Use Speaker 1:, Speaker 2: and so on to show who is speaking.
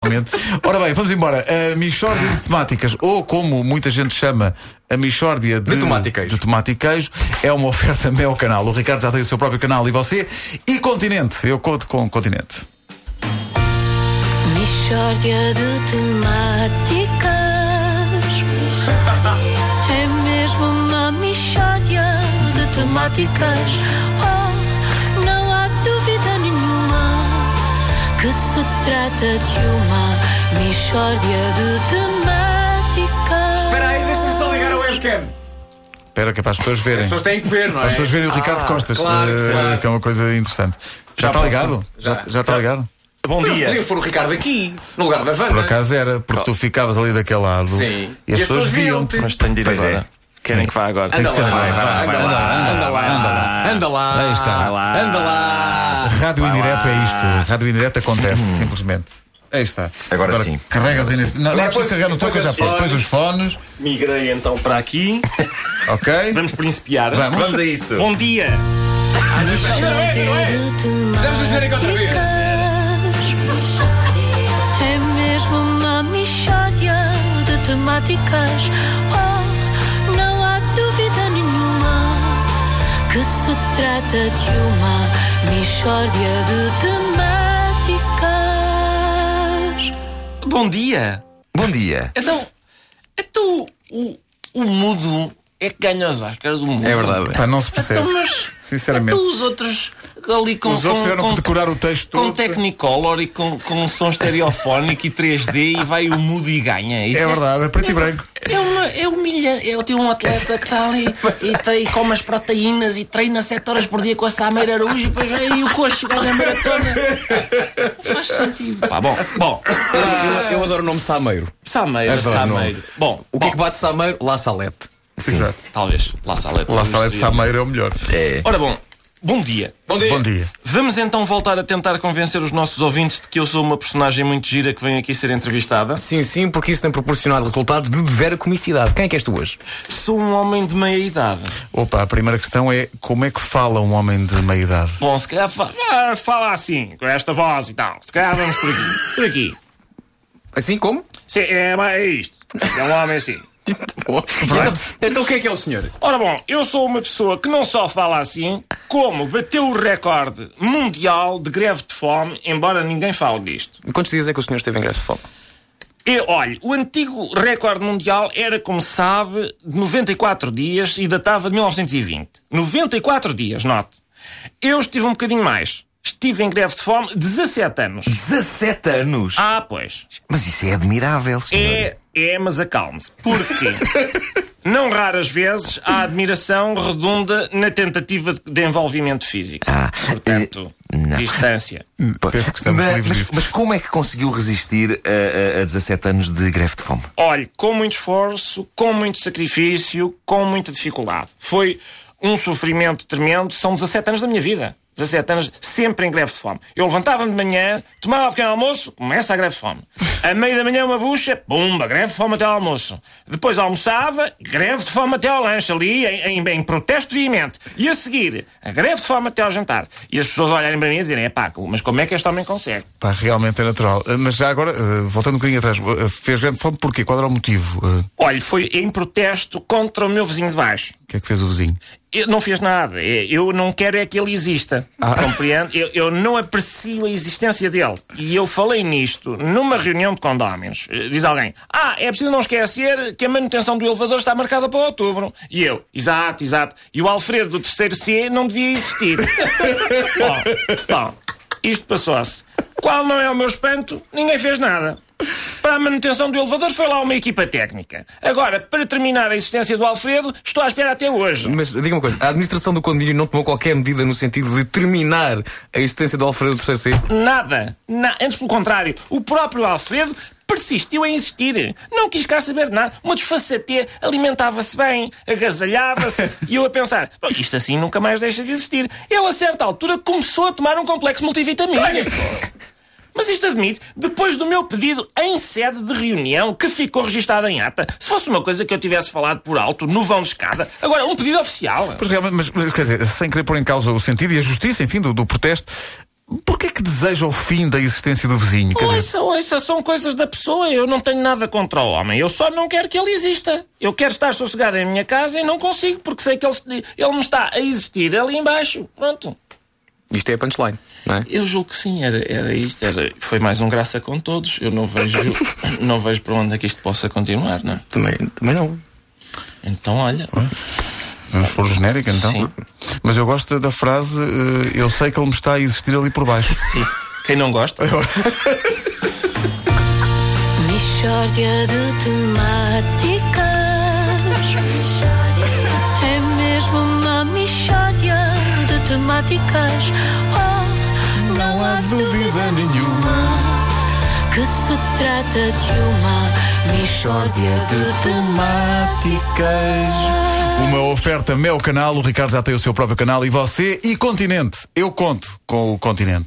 Speaker 1: Exatamente. Ora bem, vamos embora. A Michórdia de Temáticas, ou como muita gente chama, a Michórdia de,
Speaker 2: De tomatiqueijo.
Speaker 1: de tomatiqueijo, é uma oferta meu canal. O Ricardo já tem o seu próprio canal e você. E Continente, eu conto com o Continente.
Speaker 3: Mishória de temáticas É mesmo uma mishória de temáticas Oh, não há dúvida nenhuma Que se trata de uma mishória de temáticas
Speaker 2: Espera aí, deixa-me só ligar a webcam.
Speaker 1: Espera, que é para as pessoas verem.
Speaker 2: As pessoas têm que ver, não é?
Speaker 1: As pessoas verem o Ricardo
Speaker 4: Ah,
Speaker 1: Costas,
Speaker 2: claro,
Speaker 1: eh,
Speaker 2: claro.
Speaker 1: que é uma coisa interessante. Já,
Speaker 2: Já
Speaker 1: está
Speaker 2: posso?
Speaker 1: ligado?
Speaker 2: Já.
Speaker 1: Já, já está ligado?
Speaker 4: Bom
Speaker 2: Não
Speaker 4: dia.
Speaker 2: podia for o Ricardo aqui, no lugar da Wanda.
Speaker 1: Por acaso era, porque tu ficavas ali daquele lado
Speaker 2: Sim.
Speaker 1: e as pessoas viam-te.
Speaker 4: Mas tenho de ir
Speaker 1: Pois é. Então
Speaker 4: agora. Querem que vá agora?
Speaker 2: Anda
Speaker 1: Tem que ser, vai,
Speaker 2: lá,
Speaker 1: vai,
Speaker 2: anda lá,
Speaker 1: vai,
Speaker 2: anda lá, anda lá, anda lá,
Speaker 1: Aí está.
Speaker 2: anda lá, anda lá.
Speaker 1: Rádio em direto é isto. Rádio em direto acontece, simplesmente. Aí está.
Speaker 5: Hum. Agora sim.
Speaker 1: Carregas aí nesse. Não, não é preciso carregar no toque, eu já
Speaker 2: põe
Speaker 1: pôs.
Speaker 2: os
Speaker 1: Pões os fones,
Speaker 4: Migrei então para aqui.
Speaker 1: ok?
Speaker 4: Vamos principiar.
Speaker 1: Vamos.
Speaker 5: Vamos a isso.
Speaker 4: Bom dia.
Speaker 2: Não é, não é. Precisamos dizer aqui outra vez.
Speaker 3: É mesmo uma mixória de temáticas. Oh, não há dúvida nenhuma que se trata de uma mixória de temáticas.
Speaker 2: Bom dia.
Speaker 5: Bom dia.
Speaker 2: Então, então o, o mudo é que ganha os Oscars, o mudo. É verdade.
Speaker 1: Pá, não se percebe.
Speaker 2: Então, mas-
Speaker 1: Sinceramente.
Speaker 2: Então os outros ali com,
Speaker 1: Os outros
Speaker 2: com,
Speaker 1: tiveram
Speaker 2: com,
Speaker 1: que decorar o texto
Speaker 2: com
Speaker 1: todo.
Speaker 2: Technicolor e com, com um som estereofónico e 3D e vai o mudo e ganha. Isso
Speaker 1: É verdade, é preto e branco.
Speaker 2: É, uma, é humilhante. Eu tenho um atleta que está ali e, tem, e come as proteínas e treina 7 horas por dia com a Samira Araújo e depois aí o coxo ganha a maratona. Não faz sentido.
Speaker 6: Pá, bom, bom, eu, eu- eu adoro o nome Sameiro.
Speaker 2: Sameiro,
Speaker 1: Adoro o nome.
Speaker 2: Sameiro. Bom,
Speaker 6: É O que é que bate Sameiro? La Salete.
Speaker 1: Exato.
Speaker 6: Talvez, La Salete.
Speaker 1: Lá a sala de Sameiro é o melhor.
Speaker 5: É.
Speaker 6: Ora bom, bom dia.
Speaker 2: Bom dia.
Speaker 1: Bom dia.
Speaker 6: Vamos então voltar a tentar convencer os nossos ouvintes de que eu sou uma personagem muito gira que vem aqui ser entrevistada.
Speaker 4: Sim, sim, porque isso tem proporcionado resultados de vera comicidade. Quem é que és tu hoje?
Speaker 6: Sou um homem de meia idade.
Speaker 1: Opa, a primeira questão é como é que fala um homem de meia idade?
Speaker 6: Bom, se calhar fa- ah, fala assim, com esta voz e tal. Se calhar vamos por aqui. Por aqui.
Speaker 4: Assim como?
Speaker 6: Sim, é, é isto. É um homem assim.
Speaker 4: Então, então quem é que é o senhor?
Speaker 6: Ora bom, eu sou uma pessoa que não só fala assim, como bateu o recorde mundial de greve de fome, embora ninguém fale disto.
Speaker 4: Quantos dias é que o senhor esteve em greve de fome?
Speaker 6: E, olha, o antigo recorde mundial era, como se sabe, de 94 dias e datava de 1920. 94 dias, note. Eu estive um bocadinho mais. Estive em greve de fome 17 anos.
Speaker 5: 17 anos.
Speaker 6: Ah, pois.
Speaker 5: Mas isso é admirável, senhor.
Speaker 6: É, é, mas acalme-se. Porque não raras vezes a admiração redunda na tentativa de- de envolvimento físico.
Speaker 5: Ah,
Speaker 6: Portanto,
Speaker 5: eh, não.
Speaker 6: distância.
Speaker 5: Pô,
Speaker 1: Penso que estamos
Speaker 5: mas,
Speaker 1: livres
Speaker 5: mas-
Speaker 1: disso.
Speaker 5: mas como é que conseguiu resistir a, a- a 17 anos de greve de fome?
Speaker 6: Olhe, com muito esforço, com muito sacrifício, com muita dificuldade. Foi um sofrimento tremendo. São 17 anos da minha vida. 17 anos, sempre em greve de fome. Eu levantava-me de manhã, tomava um pequeno almoço, começa a greve de fome. A meio da manhã uma bucha, pumba, greve de fome até ao almoço. Depois almoçava, greve de fome até ao lanche, ali em, em- em protesto veemente. E a seguir, a greve de fome até ao jantar. E as pessoas olharem para mim e dizerem, é pá, mas como é que este homem consegue?
Speaker 1: Pá, realmente é natural. Eh, Mas já agora, eh, voltando um bocadinho atrás, eh, fez grande fome porquê? Qual era o motivo? Eh, O
Speaker 6: Olha, foi em protesto contra o meu vizinho de baixo.
Speaker 1: que é que fez o vizinho?
Speaker 6: Eu não fiz nada. É, Eu não quero é que ele exista. Compreende? Eu, eu não aprecio a existência dele. E eu falei nisto numa reunião de condóminos. Eh, Diz alguém: Ah, é preciso não esquecer que a manutenção do elevador está marcada para outubro. E eu: Exato, exato. E o Alfredo do terceiro C não devia existir. bom, bom, isto passou-se. Qual não é o meu espanto? Ninguém fez nada. Para a manutenção do elevador foi lá uma equipa técnica. Agora, para terminar a existência do Alfredo, estou à espera até hoje.
Speaker 4: Mas diga uma coisa, a administração do condomínio não tomou qualquer medida no sentido de terminar a existência do Alfredo III C?
Speaker 6: Nada. Na- Antes, pelo contrário, o próprio Alfredo persistiu em insistir. Não quis cá saber de nada. Uma desfaçatez. Alimentava-se bem, agasalhava-se. e eu a pensar, "Bom, isto assim nunca mais deixa de existir. Ele, a certa altura, começou a tomar um complexo multivitamínico. Mas isto admite, depois do meu pedido em sede de reunião que ficou registada em ata, se fosse uma coisa que eu tivesse falado por alto, no vão de escada, agora um pedido oficial.
Speaker 1: Pois realmente, mas, mas, quer dizer, sem querer pôr em causa o sentido e a justiça, enfim, do, do protesto, Porquê que deseja o fim da existência do vizinho? Quer dizer,
Speaker 6: Ouça, ouça, são coisas da pessoa. Eu não tenho nada contra o homem. Eu só não quero que ele exista. Eu quero estar sossegado em minha casa e não consigo, porque sei que ele, ele me está a existir ali embaixo. Pronto.
Speaker 4: Isto é a punchline, não é?
Speaker 6: Eu julgo que sim, era, era isto. Era, foi mais um graça com todos. Eu não vejo, não vejo para onde é que isto possa continuar, não é?
Speaker 4: Também, também não.
Speaker 6: Então, olha.
Speaker 1: vamos pôr genérica então.
Speaker 6: Sim.
Speaker 1: Mas eu gosto da- da frase, eh, eu sei que ele me está a existir ali por baixo.
Speaker 6: Sim. Quem não gosta?
Speaker 3: Mishória de temáticas É mesmo uma mishória de temáticas Oh, não há dúvida nenhuma Que se trata de uma mishória de
Speaker 1: temáticas. Uma oferta meu canal, o Ricardo já tem o seu próprio canal e você e Continente. Eu conto com o Continente.